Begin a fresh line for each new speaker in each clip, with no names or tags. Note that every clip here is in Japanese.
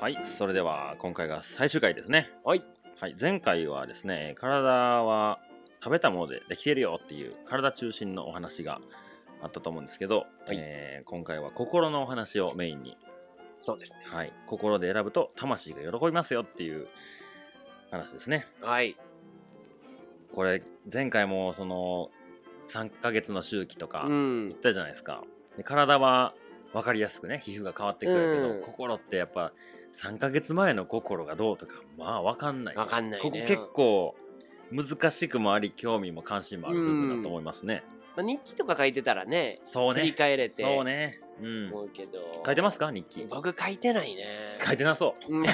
はい、それでは今回が最終回ですね。
はい。
はい、前回はですね、体は食べたものでできてるよっていう体中心のお話があったと思うんですけど、
はい
えー今回は心のお話をメインに、
そうですね。
はい、心で選ぶと魂が喜びますよっていう話ですね。
はい。
これ前回もその3ヶ月の周期とか
う
言
ん
っ。たじゃないですか。で体は分かりやすくね皮膚が変わってくるけど、
うん
心ってやっぱ3ヶ月前の心がどうとかまあ分かんない。
わかんないね。
ここ結構難しくもあり興味も関心もある部分だと思いますね。
まあ、日記とか書いてたらね、
そう
振り
ね。
返れて。
そうね。うん。
思うけど。
書いてますか日記。
僕書いてないね。
書いてなそう。
うん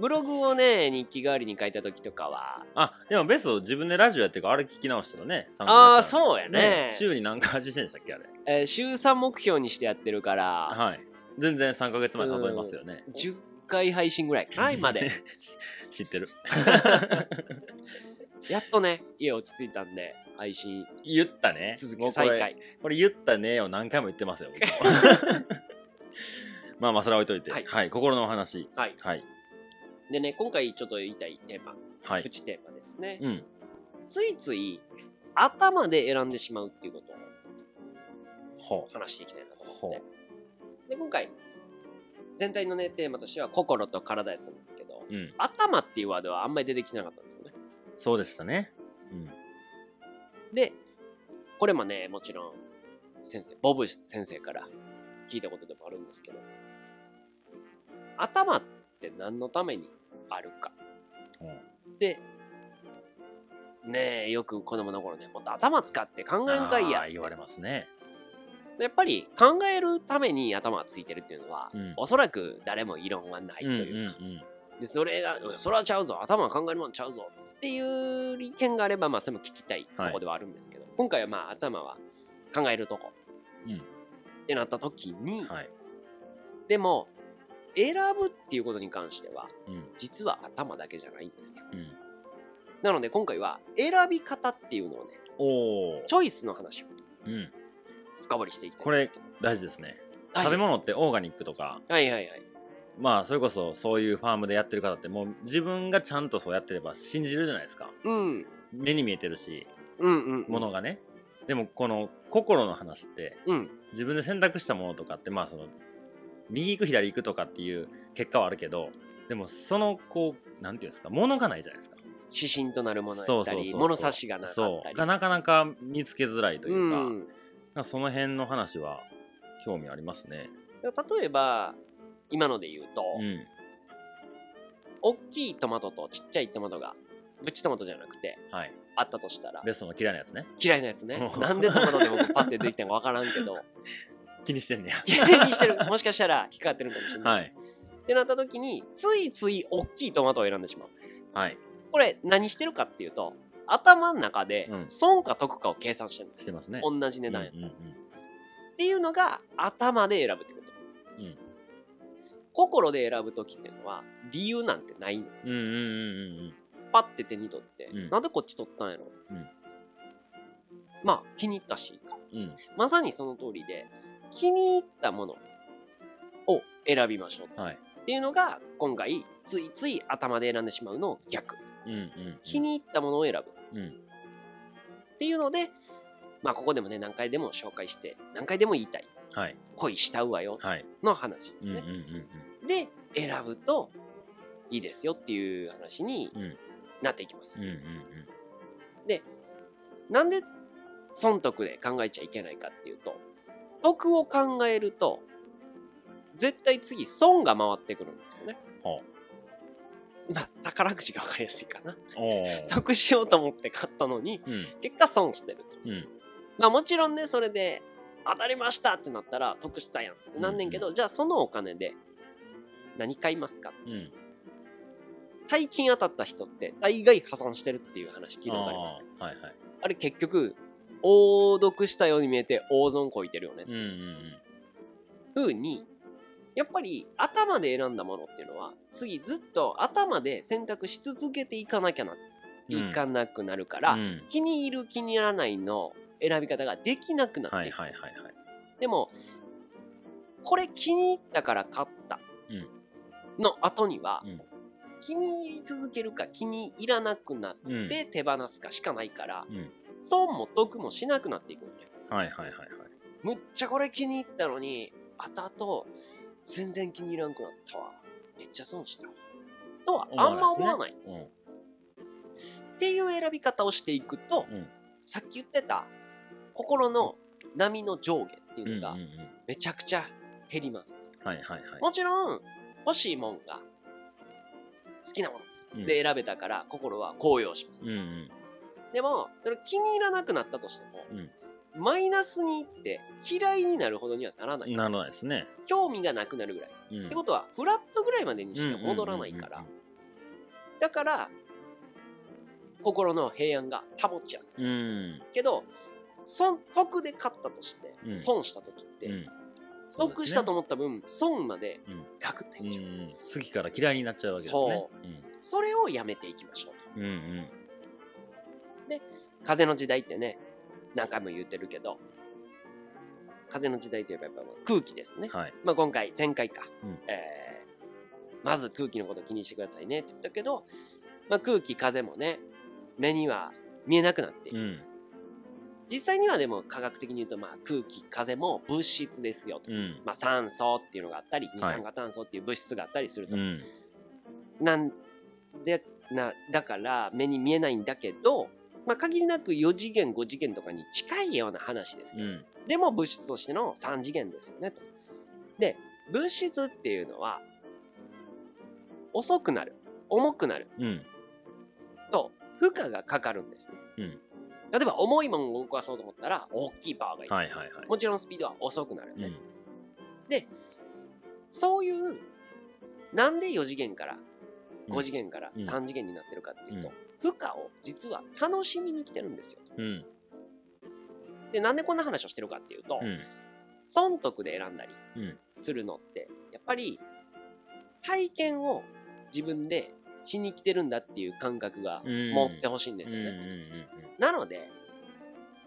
ブログをね、日記代わりに書いた時とかは。
あでもベースを自分でラジオやってるからあれ聞き直したのね。3ヶ月
ああ、そうや
う
ね。
週に何回配信してんでしたっけあれ。
えー週3目標にしてやってるから、
はい。全然3ヶ月前例えますよね。
10回配信ぐらいかな、今で。
知 ってる。
やっとね、家落ち着いたんで、配信
言ったね。
続
も
け
うこれ
再開。
これ言ったねを何回も言ってますよ。 僕まあまあそれは置いといて。
はい
はい、心のお話。
はい。
はい。
でね、今回ちょっと言いたいテーマ、
は
プ
い。
チテーマですね。
うん。
ついつい頭で選んでしまうっていうことを
ほう。
話していきたいなと思っ
ほ
て。で、今回、全体のね、テーマとしては心と体やったんですけど、
う。うん。
頭っていうワードはあんまり出てきてなかったんですよね。
そうでしたね。うん。
で、これもね、もちろん、先生、ボブ先生から聞いたことでもあるんですけど、頭って何のためにあるか。で、ねえ、よく子供の頃ね、もっと頭使って考えんかいや
あー。言われますね。
やっぱり考えるために頭がついてるっていうのは、
うん
おそらく誰も異論はないと
うんうん
いうか、
うん
でそれがうんそれはちゃうぞ頭は考えるもんちゃうぞっていう意見があればまあそれも聞きたいと
はい
こではあるんですけど、今回はまあ頭は考えるとこ、
うん
ってなった時に、
はい。
でも選ぶっていうことに関しては
うん
実は頭だけじゃないんですよ
うん。
なので今回は選び方っていうのをね
おお。
チョイスの話を
うん。
深掘りしていきたいんですけど
大事ですね。
大
食べ
丈夫です
物ってオーガニックとか、
はいはいはい
まあそれこそそういうファームでやってる方ってもう自分がちゃんとそうやってれば信じるじゃないですか。
うん
目に見えてるし、
うんうん
ものがね。でもこの心の話って
うん
自分で選択したものとかってまあその右行く左行くとかっていう結果はあるけど、でもそのこう、なんていうんですか、物がないじゃないですか。
指針となるものや
そう
った
そうそう
り
そう
物差しがなかっ
そ
た
う
り
がなかなか見つけづらいというか,、
うん
その辺の話は興味ありますね
だから例えば今ので言うと、
うん
大きいトマトとちっちゃいトマトがプチトマトじゃなくて
はい
あったとしたら
ベストの嫌いなやつね
嫌いなやつね
うん
なんでトマトで僕パッてできたのか分からんけど
気にしてんね
綺麗にしてるもしかしたら引っかかってるかもしれ
や
ない、
はい
ってなった時についつい大きいトマトを選んでしまう
はい
これ何してるかっていうと頭の中で
うん
損か得かを計算してるんで
し
す、
てますね
同じ値段やった
うん
ら、
うん
っていうのが頭で選ぶってこと
うん
心で選ぶ時っていうのは理由なんてないの
うんうんうんうん
パッて手に取って、
うん
なんでこっち取ったんやろ、
うん
まあ気に入ったしいいか
うんうん
まさにその通りで気に入ったものを選びましょう
うんはい
っていうのが今回ついつい頭で選んでしまうの逆
うんうん
気に入ったものを選ぶっ
うん
ていうのでまあここでもね何回でも紹介して何回でも言いたい
はい
恋したうわよ
はい
の話です
うんうんう
ね、
ん
で選ぶといいですよっていう話に
うんうん
なっていきます、
うんうん
なんで損得で考えちゃいけないかっていうと得を考えると絶対次損が回ってくるんですよね。
うんほ
まあ宝くじが分かりやすいかな。
うおー
得しようと思って買ったのに
うん
結果損してると。
うん
まあもちろんねそれで当たりましたってなったら得したやんってなんねんけど、じゃあそのお金で何買いますか
うん
大金当たった人って大概破産してるっていう話聞いたことあります
あーはいはい
あれ結局大得したように見えて大損こいてるよね
うんうん
風にやっぱり頭で選んだものっていうのは次ずっと頭で選択し続けていかなきゃな、
うん
いかなくなるから、
うん
気に入る気に入らないの選び方ができなくなってい
はい
く、
はいはいはい
でもこれ気に入ったから買ったっの後には、
うん
気に入り続けるか気に入らなくなっ
うん
て手放すかしかないから、
うん
損も得もしなくなっていくんだよ。
はいはいはいはい
むっちゃこれ気に入ったのに後々全然気に入らんくなったわめっちゃ損したわとはあんま思わない
うんうん
っていう選び方をしていくと、
うん
さっき言ってた心の波の上下っていうの
う
が
んうん
めちゃくちゃ減ります、
はいはいはい
もちろん欲しいもんが好きなも
うん
ので選べたから心は高揚します、
うんうん
でもそれ気に入らなくなったとしても、
うん
マイナスにいって嫌いになるほどにはならない、
ならないですね。
興味がなくなるぐらい
うん
ってことはフラットぐらいまでにしか戻らないか
う
ら
ん
だから心の平安が保ちやすい
うんうん
けど損得で勝ったとして、
うん
損した時っ
う
て、
んうん
得したと思った分損まで
うん
ガクッと
う
い
んう
っちゃう、
ん好きから嫌いになっちゃうわけですね
そそれをやめていきましょう
うんうん
風の時代ってね何回も言ってるけど風の時代といえばやっぱ空気ですね
うんはい
まあ、今回前回か、
うん
えーまず空気のこと気にしてくださいねって言ったけど、まあ、空気風もね目には見えなくなっている、
うん
実際にはでも科学的に言うと、まあ、空気風も物質ですよと、
うん
まあ、酸素っていうのがあったり
い
二酸化炭素っていう物質があったりすると、
うん
なんでなだから目に見えないんだけど、まあ、限りなく4次元5次元とかに近いような話です
う
よ、
ん
でも物質としての3次元ですよねと。で物質っていうのは遅くなる重くなる
うん
と負荷がかかるんですね。
うん
例えば重いものを動かそうと思ったら大きいパワーがいる、
はいはいはい
もちろんスピードは遅くなるよ
う
ね、
ん
でそういうなんで4次元から
うん
5次元から
うん
3次元になってるかっていうと、負荷を実は楽しみに来てるんですよ。
うん
でなんでこんな話をしてるかっていうと、
うん
損得で選んだり
うん
するのってやっぱり体験を自分でしに来てるんだっていう感覚が
うん
持ってほしいんですよね。
うんうんうんうん
なので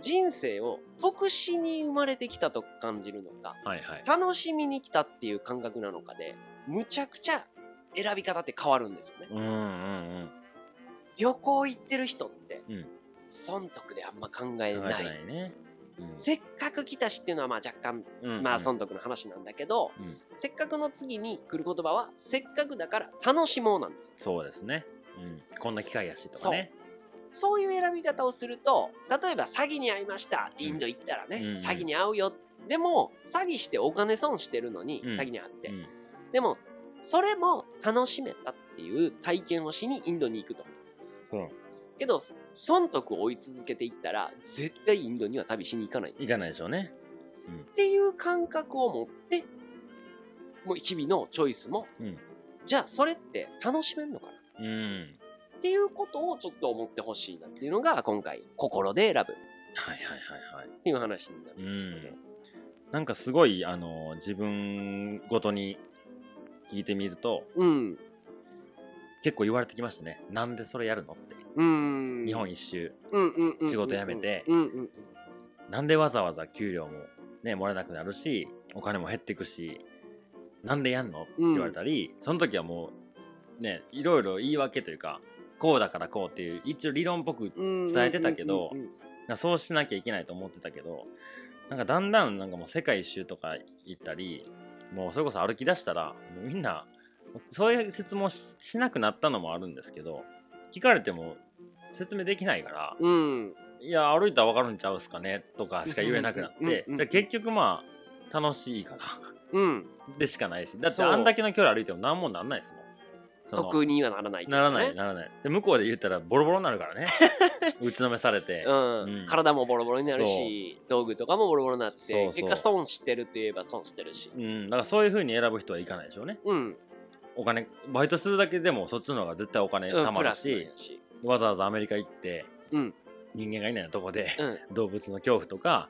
人生を得しに生まれてきたと感じるのか
はいはい
楽しみに来たっていう感覚なのかでむちゃくちゃ選び方って変わるんですよね。
うんうん
旅行行ってる人って、
うん
損得であんま考え
うん考え
な
て
い。
ないねうん
せっかく来たしっていうのはまあ若干
うん
まあ
うん
損得の話なんだけど、
うん
せっかくの次に来る言葉はせっかくだから楽しもうなんですよ
そうですねうんこんな機会やしとかね
そういう選び方をすると例えば詐欺に遭いましたインド行ったらね、
うんうん
詐欺に遭うよでも詐欺してお金損してるのに、
うん
詐欺に遭って、
うん
でもそれも楽しめたっていう体験をしにインドに行くと
うん
けど損得を追い続けていったら絶対インドには旅しに行かない
いかないでしょうね
っていう感覚を持ってもう日々のチョイスも、
うん
じゃあそれって楽しめるのかな
うん
っていうことをちょっと思ってほしいなっていうのが今回心で選ぶっ
はいはいはいはい
ていう話になりましたね。
なんかすごいあの自分ごとに聞いてみると
うん。
結構言われてきましたねなんでそれやるのって
うん。
日本一周
うんうんうんうん
仕事辞めて
うんうん
なんでわざわざ給料もねもらえなくなるしお金も減っていくしなんでやんのって言われたり、その時はもうねいろいろ言い訳というかこうだからこうっていう一応理論っぽく
うん。
伝えてたけど
うんうん
なそうしなきゃいけないと思ってたけどなんかだんだんなんかもう世界一周とか行ったりもうそれこそ歩き出したらもうみんなそういう説問ししなくなったのもあるんですけど聞かれても説明できないから
うんうん。うん
「いや歩いたら分かるんちゃうっすかね」とかしか言えなくなっ
うんうんうん
て
うんうん
じゃあ結局まあ楽しいから
うん。
でしかないしだって
そう
あんだけの距離歩いても何もなんないですもん。その
得にはならない、
ならない。ならないで向こうで言ったらボロボロになるから ね打ちのめされて
うん
うん
体もボロボロになるし道具とかもボロボロになって
そうそう
結果損してるといえば損してるし
うん、だからそういう風に選ぶ人はいかないでしょうね。
うん、
お金、バイトするだけでもそっちの方が絶対お金
う
貯
ん、
ま
プ
る
ラス
し
や、し
わざわざアメリカ行って、
うん
人間がいないようなとこで、
うん
動物の恐怖とか、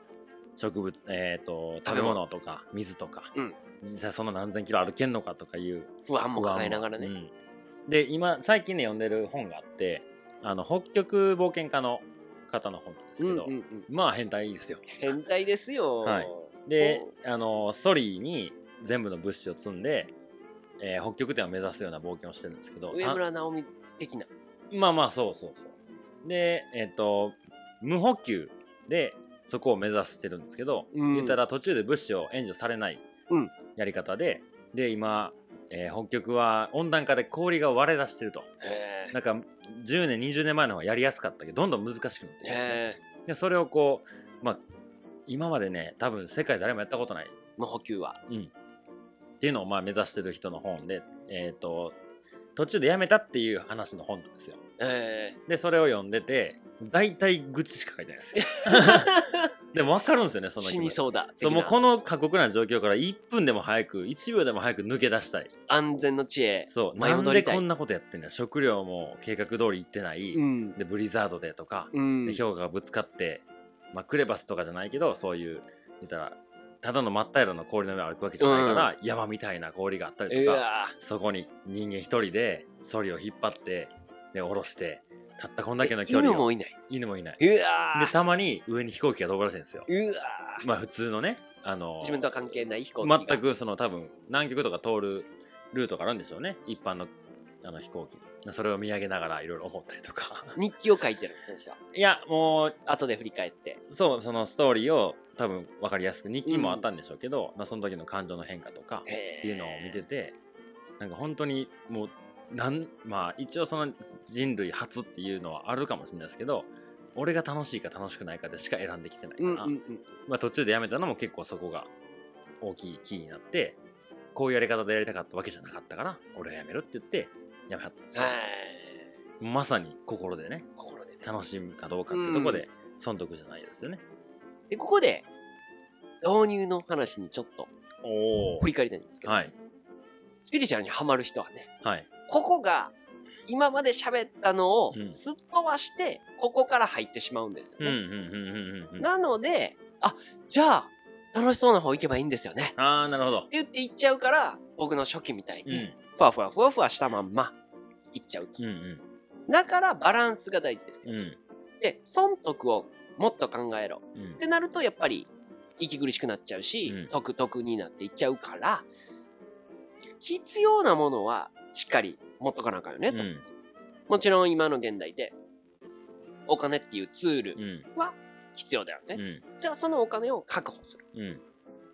植物、えっ、と、食べ物とか、水とか、
うん
実際その何千キロ歩けんのかとかいう
不安
不
も
安も
抱えながらね、
うんで、今、最近ね、読んでる本があって、あの、北極冒険家の方の本なんですけど、
うんうんうん
まあ変態ですよ。
変態ですよ、
はいであのソリーに全部の物資を積んでえー北極点を目指すような冒険をしてるんですけど
上村直美的な。
たまあまあそうそうそうでえっ、と無補給でそこを目指してるんですけど、
うん
言ったら途中で物資を援助されない
うん
やり方で、で今、えー北極は温暖化で氷が割れ出してると
へ
なんか10年20年前の方がやりやすかったけどどんどん難しくなって
え。
きますね
へえ。
でそれをこうまあ今までね多分世界誰もやったことない
無補給は。
っていうのをまあ目指してる人の本で、えー、と途中でやめたっていう話の本なんですよ
へえ。
でそれを読んでて大体愚痴しか書いてないん ですよでも分かるんですよねその気
死
持ち
にそうだ。
そうもう
的な
この過酷な状況から1分でも早く1秒でも早く抜け出したい
安全の知恵。
そう
舞い
な
踊
ん
りた
で
い
こんなことやってんだ食料も計画通り行ってない、
うん。
でブリザードでとか、
うん
で。氷河がぶつかって、まあ、クレバスとかじゃないけどそういう言ったらただの真っ平らの氷の上を歩くわけじゃないから、山みたいな氷があったり
う
とか
わ
そこに人間一人でソリを引っ張ってで下ろしてたったこんだけの
え
距離
犬
を
もいない。
犬もいないう
わ
でたまに上に飛行機が飛ぶらしいんですよ
うわ
まあ普通のねあの
自分とは関係ない飛行機が。
全くその多分南極とか通るルートがあるんでしょうね一般のあの飛行機それを見上げながらいろいろ思ったりとか
日記を書いてるその人はい
やもう
後で振り返って
そうそのストーリーを多分分かりやすく日記もあったんでしょうけど、まあ、その時の感情の変化とか
っ
っていうのを見ててなんか本当にもうなんまあ一応その人類初っていうのはあるかもしれないですけど俺が楽しいか楽しくないかでしか選んできてないか
う
ら、
んうんうん
まあ、途中でやめたのも結構そこが大きいキーになってこういうやり方でやりたかったわけじゃなかったから俺はやめるって言ってやめはったんですよ
はい
まさに心でね
心でね
楽しむかどうかってとこで損得じゃないですよね、
でここで導入の話にちょっと
おお
振り返りたいんですけど、
はい
スピリチュアルにはまる人はね
はい
ここが今まで喋ったのを
うん
すっ飛ばして、ここから入ってしまうんですよ
うんうんうん
ね、
うんうんうん
なのであじゃあ楽しそうな方行けばいいんですよねって
ああなるほど
言って行っちゃうから僕の初期みたいうに
ん
ふわふわふわふわしたまんま行っちゃうと、
うん
だからバランスが大事です
う
よ、
ん
で損得をもっと考えろ
うん
ってなるとやっぱり息苦しくなっちゃうし、
うん
得得になっていっちゃうから必要なものはしっかり持っとかなあかんよね
うん
と、もちろん今の現代でお金っていうツール
うん
必要だよね、
うん
じゃあそのお金を確保する
うん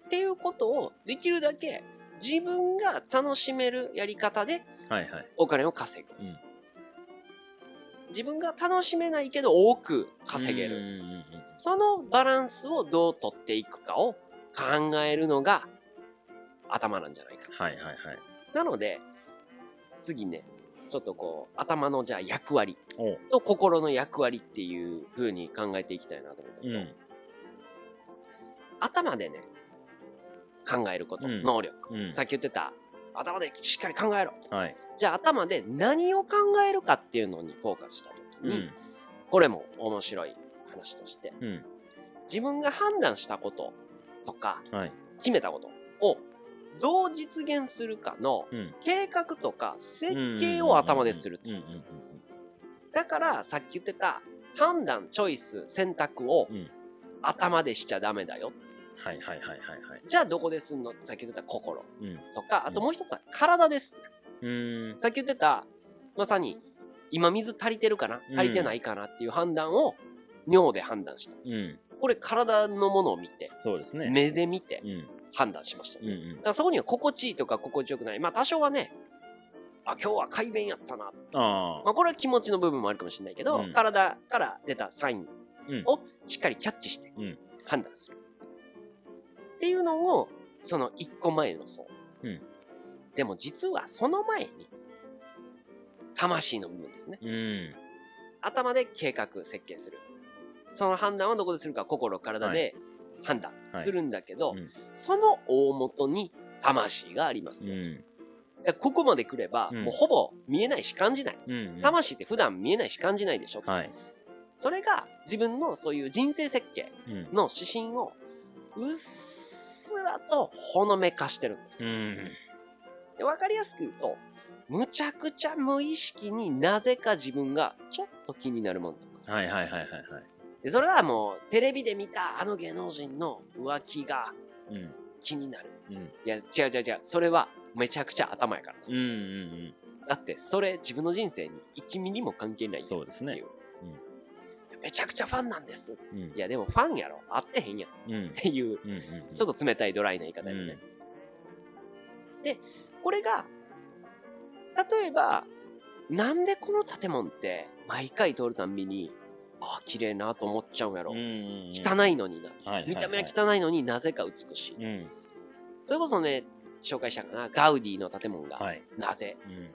っていうことをできるだけ自分が楽しめるやり方で
はいはい
お金を稼ぐ、
うん
自分が楽しめないけど多く稼げる、
うんうんうん
そのバランスをどう取っていくかを考えるのが頭なんじゃないか
はいはいはい
な。なので、次ね、ちょっとこう、頭のじゃあ役割
おう
と心の役割っていう風に考えていきたいなと思うんだけ
う
ど、
ん
頭でね、考えること、
うん
能力、
うん
さっき言ってた、頭でしっかり考えろ。
はい
じゃあ頭で何を考えるかっていうのにフォーカスした時
う
に、
ん
これも面白い話として、
うん
自分が判断したこととか、
はい
決めたことをどう実現するかの
うん
計画とか設計を頭ですると
うんうんうん
だからさっき言ってた判断チョイス選択を
うんうん
頭でしちゃダメだよ
はいはいはいはいはい
じゃあどこですんのってさっき言ってた心
うん
とかあともう一つは体です
うーん
さっき言ってたまさに今水足りてるかな
うん
足りてないかなっていう判断を尿で判断した
うん
これ体のものを見て
そうですね
目で見て
うん
判断しました
うんうん
だからそこには心地いいとか心地よくない。まあ多少はね、あ、今日は快便やったな。
あ
まあこれは気持ちの部分もあるかもしれないけど、
うん
体から出たサイン
うん
をしっかりキャッチして
うん
判断する。っていうのを、その一個前の層。
うん
でも実はその前に、魂の部分ですね。
あうん
頭で計画設計するその判断はどこでするか心体で判断するんだけど、
はいうん
その大元に魂があります
う
よ、
ん
でここまで来れば、
うん
もうほぼ見えないし感じない
うんうん
魂って普段見えないし感じないでしょ、
はい
それが自分のそういう人生設計
うん
の指針をうっすらとほのめかしてるんです
う
よ、
ん
で分かりやすく言うとむちゃくちゃ無意識になぜか自分がちょっと気になるものとか
はいはいはいはいはい
でそれはもうテレビで見たあの芸能人の浮気が
うん
気になる。
うん
いや違う違う違う。それはめちゃくちゃ頭やから
うんうん
だってそれ自分の人生に1ミリも関係な
う
い
ん。そうですね。
うんめちゃくちゃファンなんです
うん。
いやでもファンやろ合ってへんやんっ
うん。うん
ていう
うんうん。
ちょっと冷たいドライな言い方やね、でこれが例えばなんでこの建物って毎回通るたんびにあ綺麗なと思っちゃうんやろ、
うんうんうん。
汚いのにな
はいはいはい。
見た目は汚いのになぜか美しい、
うん。
それこそね紹介したかなガウディの建物が、
はい。
なぜ
うん。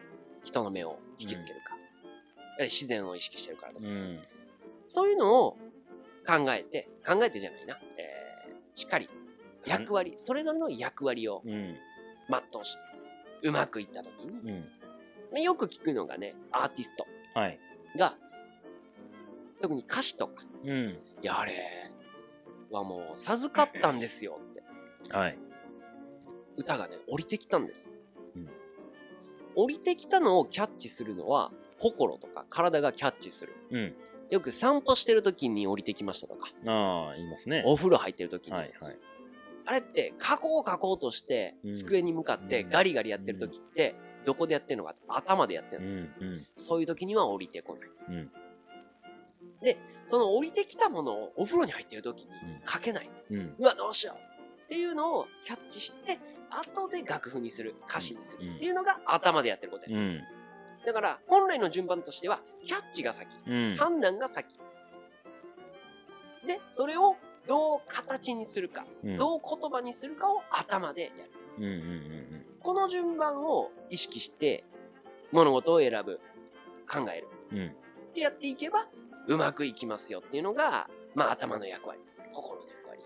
人の目を引きつけるか、やはり自然を意識してるからとか、
うん。
そういうのを考えて考えてじゃないな、えーしっかり役割それぞれの役割を
うん。
全うしてうまくいった時に
うん。
でよく聞くのがねアーティスト
はい。
が特に歌詞とか
うん。
「いやあれはもう授かったんですよ」って
はい。
歌がね降りてきたんです、
うん
降りてきたのをキャッチするのは心とか体がキャッチする
うん。
よく散歩してる時に降りてきましたとか
ああ、言いますね。
お風呂入ってる時に、
はいはい。
あれって書こう書こうとして
うん
机に向かってガリガリやってる時ってどこでやってるのかって頭でやってる
う
んです
ん
よ、
うん。
そういう時には降りてこない、
うん
でその降りてきたものをお風呂に入ってる時に
うん
書けない、
うん。
うわどうしようっていうのをキャッチして後で楽譜にする歌詞にする
うん
っていうのが頭でやってることや、
うん。
だから本来の順番としてはキャッチが先、
うん。
判断が先でそれをどう形にするか、
うん
どう言葉にするかを頭でやる
うんうんうん
この順番を意識して物事を選ぶ考える
うん。うん。
ってやっていけばうまくいきますよっていうのが、まあ、頭の役割心の役割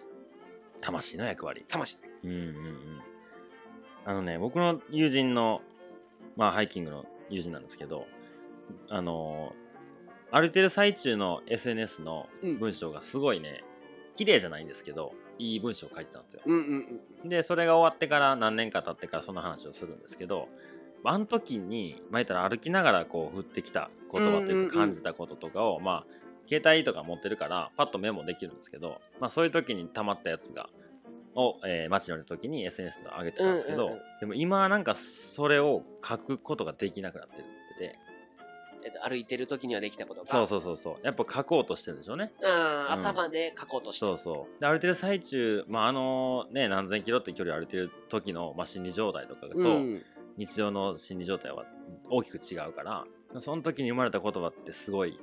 魂の役割。
魂
う
の役
んうんうん。あのね、僕の友人の、まあ、ハイキングの友人なんですけど、あのー歩いてる最中の SNS の
うん
文章がすごいね、綺麗じゃないんですけど、いい文章を書いてたんですよ。
割うんうん
で、それが終わってから何年か経ってからその話をするんですけど、あの時に、まあ、言ったら歩きながらこう降ってきた言葉と
うんうんう
い
ん
うか感じたこととかを、まあ、携帯とか持ってるから、パッとメモできるんですけど、まあ、そういう時に溜まったやつが、を、えー、街に降りた時に SNS で上げてたんですけど、
うんうんうん
でも今はなんかそれを書くことができなくなってるってて、
えっと、歩いてる時にはできたことが
そうそうそうそう、やっぱ書こうとしてるんでしょうね。
うん、
うん
頭で書こうとして
そうそう。で、歩いてる最中、まあ、あのね、何千キロって距離歩いてる時の、まあ、心理状態とかと、
うん
日常の心理状態は大きく違うからその時に生まれた言葉ってすごい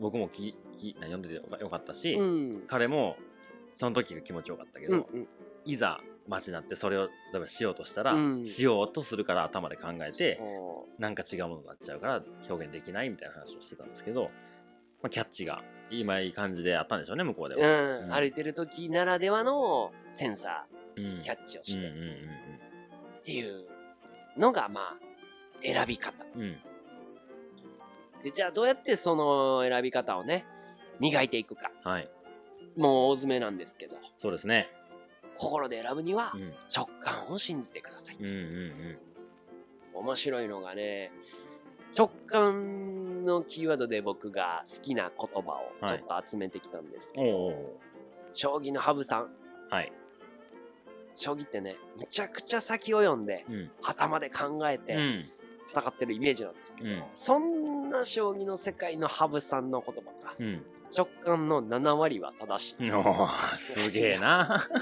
僕もきき読んでてよかよかったし、
うん
彼もその時が気持ちよかったけど、
うんうん
いざ街になってそれを例えばしようとしたら、
うん
しようとするから頭で考えて
そ
なんか違うものになっちゃうから表現できないみたいな話をしてたんですけど、まあ、キャッチが今いい感じであったんでしょうね向こうで
う、う
は。
ん
うん
歩いてる時ならではのセンサ
うん
ーキャッチを
う
し
んう
て
ん
っていうのがまあ選び方
うんうんうん
でじゃあどうやってその選び方をね磨いていくか
はい
もう大詰めなんですけど
そうですね。
心で選ぶには
うんうん
直感を信じてください、
うんうん
面白いのがね直感のキーワードで僕が好きな言葉をちょっと集めてきたんですけ
お
ど、
うおう
将棋の羽生さん
はい。
将棋ってねむちゃくちゃ先を読んで
うん
頭で考え
う
て
ん
戦ってるイメージなんですけど、
うん
そんな将棋の世界の羽生さんの言葉が
うん
直感の7割は正し い。
おーすげえな。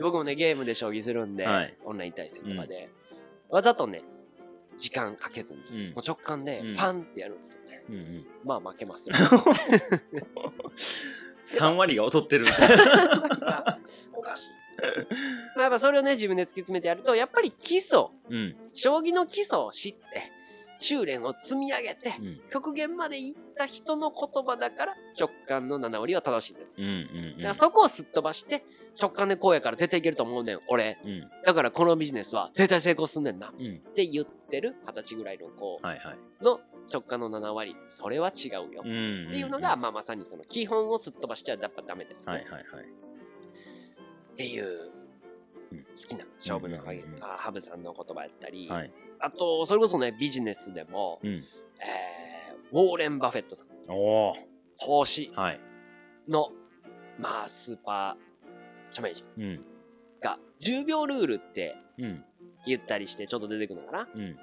僕もねゲームで将棋するん で、
はい
オンライン対戦とかで、わざとね時間かけずに、
うん
もう直感で
うん
パンってやるんですよね、
うんうん、
まあ負けます よ
3割が劣ってる。
おかしいまあやっぱそれをね自分で突き詰めてやるとやっぱり基礎
うん
将棋の基礎を知って修練を積み上げて、
うん
極限までいった人の言葉だから直感の7割は正しいんですよ
うんうん
だ
うん
からそこをすっ飛ばして直感でこうやから絶対いけると思うねん俺
うん
だからこのビジネスは絶対成功すんねんなっ
うん
て言ってる二十歳ぐらいの子
はいはい。
の直感の7割それは違うよ
うんうん
っていうのが、まあ、まさにその基本をすっ飛ばしちゃやっぱダメですよ
はい
ね、
はいはい。
っていう
うん
好きな勝負のハゲ
うんうんうん
あハブさんの言葉やったり、
はい。
あとそれこそねビジネスでも、
うん。
えーウォーレン・バフェットさん
おお。
投資
はい。
のまあスーパー著名人
うん
が10秒ルールって
うん
ゆったりしてちょっと出てくるのかな
うん。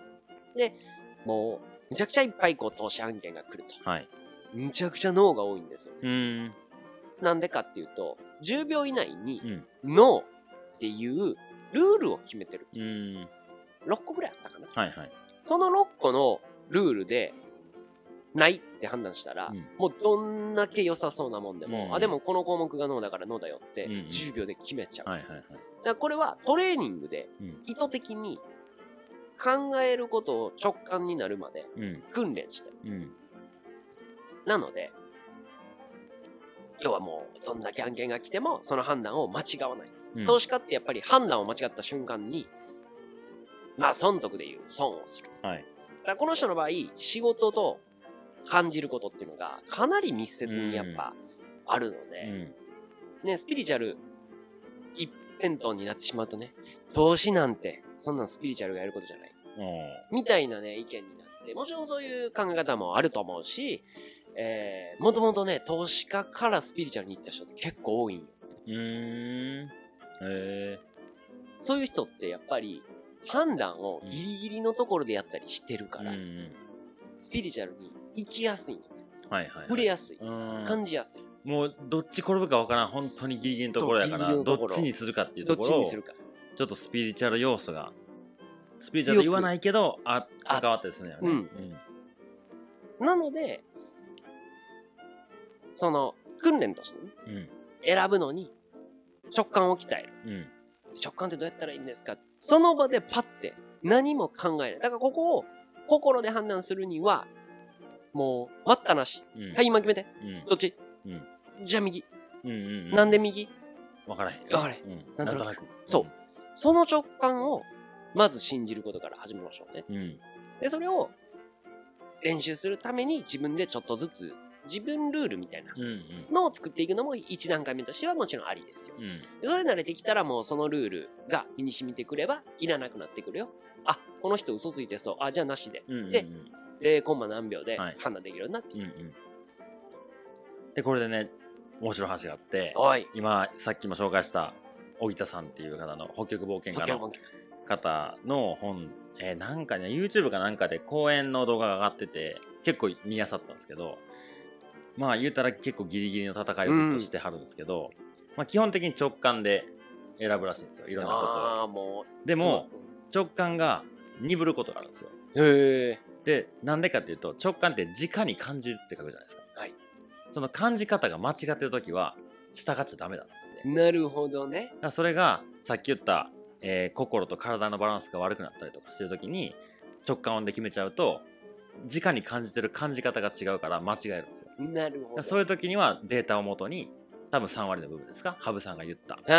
もうむちゃくちゃいっぱいこう投資案件が来ると
はい。
むちゃくちゃ脳が多いんですよ
うーん。
なんでかっていうと10秒以内に
うん。
脳っていうルールを決めてる
うーん。
6個ぐらいあったかな
はいはい。
その6個のルールでないって判断したら、
うん
もうどんだけ良さそうなもんで
う
も、
ん
あでもこの項目が脳だから脳だよって
うんうん
10秒で決めちゃう、
はいはいはい。
だからこれはトレーニングで
うん。
意図的に考えることを直感になるまで
うん。
訓練してる
うん。
なので要はもうどんだけ案件が来てもその判断を間違わない、
うん。
投資家ってやっぱり判断を間違った瞬間にまあ損得でいう損をする
はい。
だからこの人の場合仕事と感じることっていうのがかなり密接にやっぱあるの
うん。
で、ねスピリチュアル一辺倒になってしまうとね投資なんてそんなんスピリチュアルがやることじゃない
お
みたいなね意見になってもちろんそういう考え方もあると思うし、えー、もともとね投資家からスピリチュアルに行った人って結構多いんよ
ーうーん。え
そういう人ってやっぱり判断をギリギリのところでやったりしてる
ー。
か
うん
ら、
うん。
スピリチュアルに行きやすいんよね
はいはいはい。
触れやすい、
うーん。
感じやすい
もう、どっち転ぶかわからん、本当にギリギリのところやか
そ
ら、
うギリギリ
ど
のとこ
っ
ろ
ちにするかっていう
ど
と
っ
こ
ち
ろ
に
を
す、るか、
ちょっとスピリチュアル要素が、スピリチュアルと言わないけど、あ、
あ
関わったりするんだよね。
うんなのでその訓練としてね
うん。うん。
選ぶのに直感を鍛える
うん。
直感ってどうやったらいいんですかその場でパッて何も考えないだからここを心で判断するにはもう待ったなし
うん。
はい。今決めて
うん。
どっち、
うん
じゃあ右、
うんうん。
なんで右
わからへん。
わからへん
うん。
な
なんん
と
と
な
なく。
そうその直感をまず信じることから始めましょうね
うん。うん。
でそれを練習するために自分でちょっとずつ自分ルールみたいな
うんうん。
のを作っていくのも一段階目としてはもちろんありですよ。
うん。
でそれ慣れてきたらもうそのルールが身に染みてくればいらなくなってくるよ。あこの人嘘ついてそう。あじゃあなしで。
うんうんうん
で0コンマ何秒で
はい
判断できるようになって
う
い
んうんでこれでね面白い話があって
く。はい。
今さっきも紹介した荻田さんっていう方の北極冒険
ポ
家
ケモ
の
ン
方の本、えーなんかね YouTube かなんかで講演の動画が上がってて結構見やさったんですけどまあ言うたら結構ギリギリの戦いをずっとしてはるんですけど、まあ、基本的に直感で選ぶらしいんですよいろんなことを
ああもう。
でも直感が鈍ることがあるんですよ
そう。へえ。
でなんでかっていうと直感って直に感じるって書くじゃないですか、
はい
その感じ方が間違ってる時は従っちゃダメだって言っててだ
なるほどね。
からそれがさっき言った、えー心と体のバランスが悪くなったりとかしてる時に直感音で決めちゃうと直に感じてる感じ方が違うから間違えるんですよだか
なるほど。
らそういう時にはデータをもとに多分3割の部分ですか羽生さんが言ったっ
あ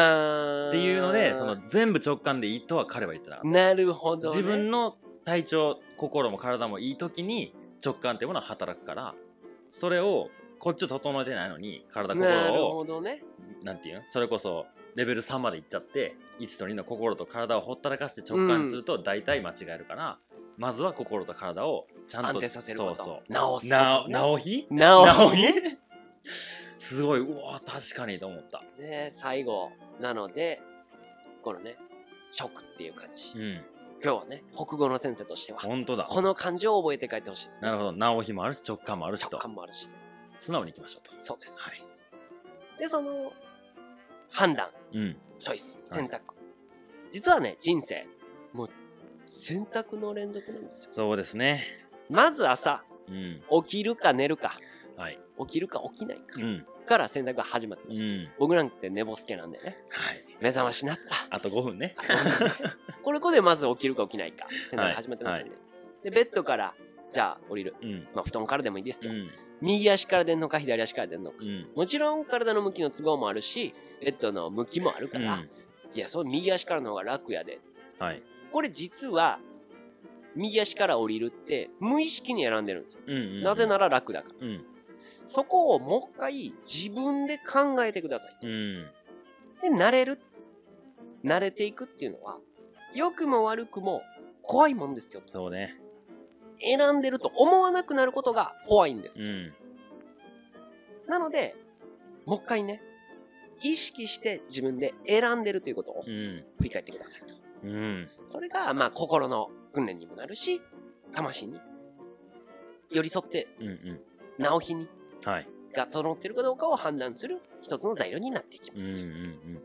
ー
ていうのでその全部直感でいいとは彼は言ってなかった
なるほど、ね。
自分の体調心も体もいい時に直感っていうものは働くからそれをこっちを整えてないのに体
なる
心
ほ
を
どね。
なんていうのそれこそレベル3までいっちゃって1と2の心と体をほったらかして直感にすると大体間違えるから、まずは心と体をちゃんと
安定させること。
そうそう
直すこと、ね。
なお直ひ
直
直
す
ひ
ね
すごいうわ確かにと思った
で最後なのでこのね直っていう感
う
じ、
ん
今日はね北語の先生としては
本当だ
この漢字を覚えて帰ってほしいですね
なるほど直ひもあるし直感もあるしと
直感もあるしね
素直にいきましょうと
そうです、でその判断
うん
チョイス
はい
選択、実はね人生もう選択の連続なんですよ
そうですね
まず朝
うん
起きるか寝るか
はい
起きるか起きないか、
うん
から選択が始まってます、
うん
僕なんて寝ぼすけなんでね
はい。
目覚ましなった
あと5分ね。
これこでまず起きるか起きないか洗濯が始まってますよね、でベッドからじゃあ降りる、
うん。
まあ、布団からでもいいです
う
よ、
ん。
右足から出るのか左足から出るのか、
うん。
もちろん体の向きの都合もあるしベッドの向きもあるか
う
ら、
ん。
いやそう右足からの方が楽やで
はい。
これ実は右足から降りるって無意識に選んでるんですよ、
うんうん。
なぜなら楽だから
うん。
そこをもう一回自分で考えてください
うん。
で慣れる慣れていくっていうのは良くも悪くも怖いもんですよ
そうね。
選んでると思わなくなることが怖いんです、
うん。
なのでもう一回ね意識して自分で選んでるということを
うん。
振り返ってくださいと、
うん。
それが、まあ、心の訓練にもなるし、魂に寄り添って、
うんうん。
なおひに
はい。
が整ってるかどうかを判断する一つの材料になっていきま
うん
す。
うん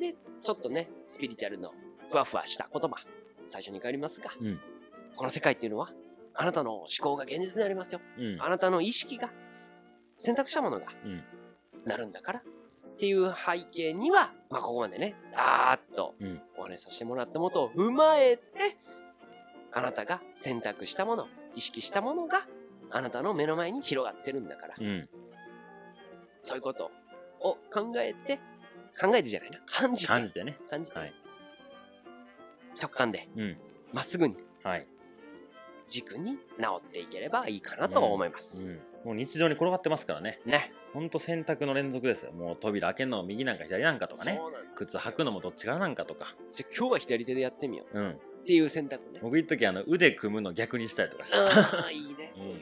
で、ちょっとね、スピリチュアルのふわふわした言葉、最初に帰りますが、
うん
この世界っていうのは、あなたの思考が現実になりますよ。
うん。うん。
あなたの意識が選択したものが
うん
なるんだからっていう背景には、まあ、ここまでねあーっと
うん
お話しさせてもらったことを踏まえてあなたが選択したもの意識したものがあなたの目の前に広がってるんだから、
うん。
そういうことを考えて考えてじゃないな感じて
感じてね。
感じて
はい。
直感で
うん。
まっすぐに
はい。
軸に直っていければいいかなと思います、
うん。もう日常に転がってますからね。
ね
ほんと選択の連続ですよ。もう扉開けんのも右なんか左なんかとかね。
そうなんです
靴履くのもどっちからなんかとか。
じゃあ今日は左手でやってみよう
うん。
っていう選択ね
僕一時あの腕組むの逆にしたりとかして。
ああ、いいね。
う
そうんいう。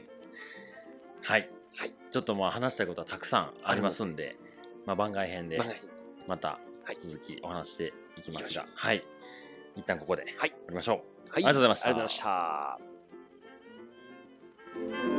はい。
はい
ちょっとまあ話したいことはたくさんありますんで、まあ番外編で
まさに
また
はい
続きお話ししていきますが、
行きましょう
はい。一旦ここで終
はい
わりましょう。
はい
ありがとうございました
ありがとうございました。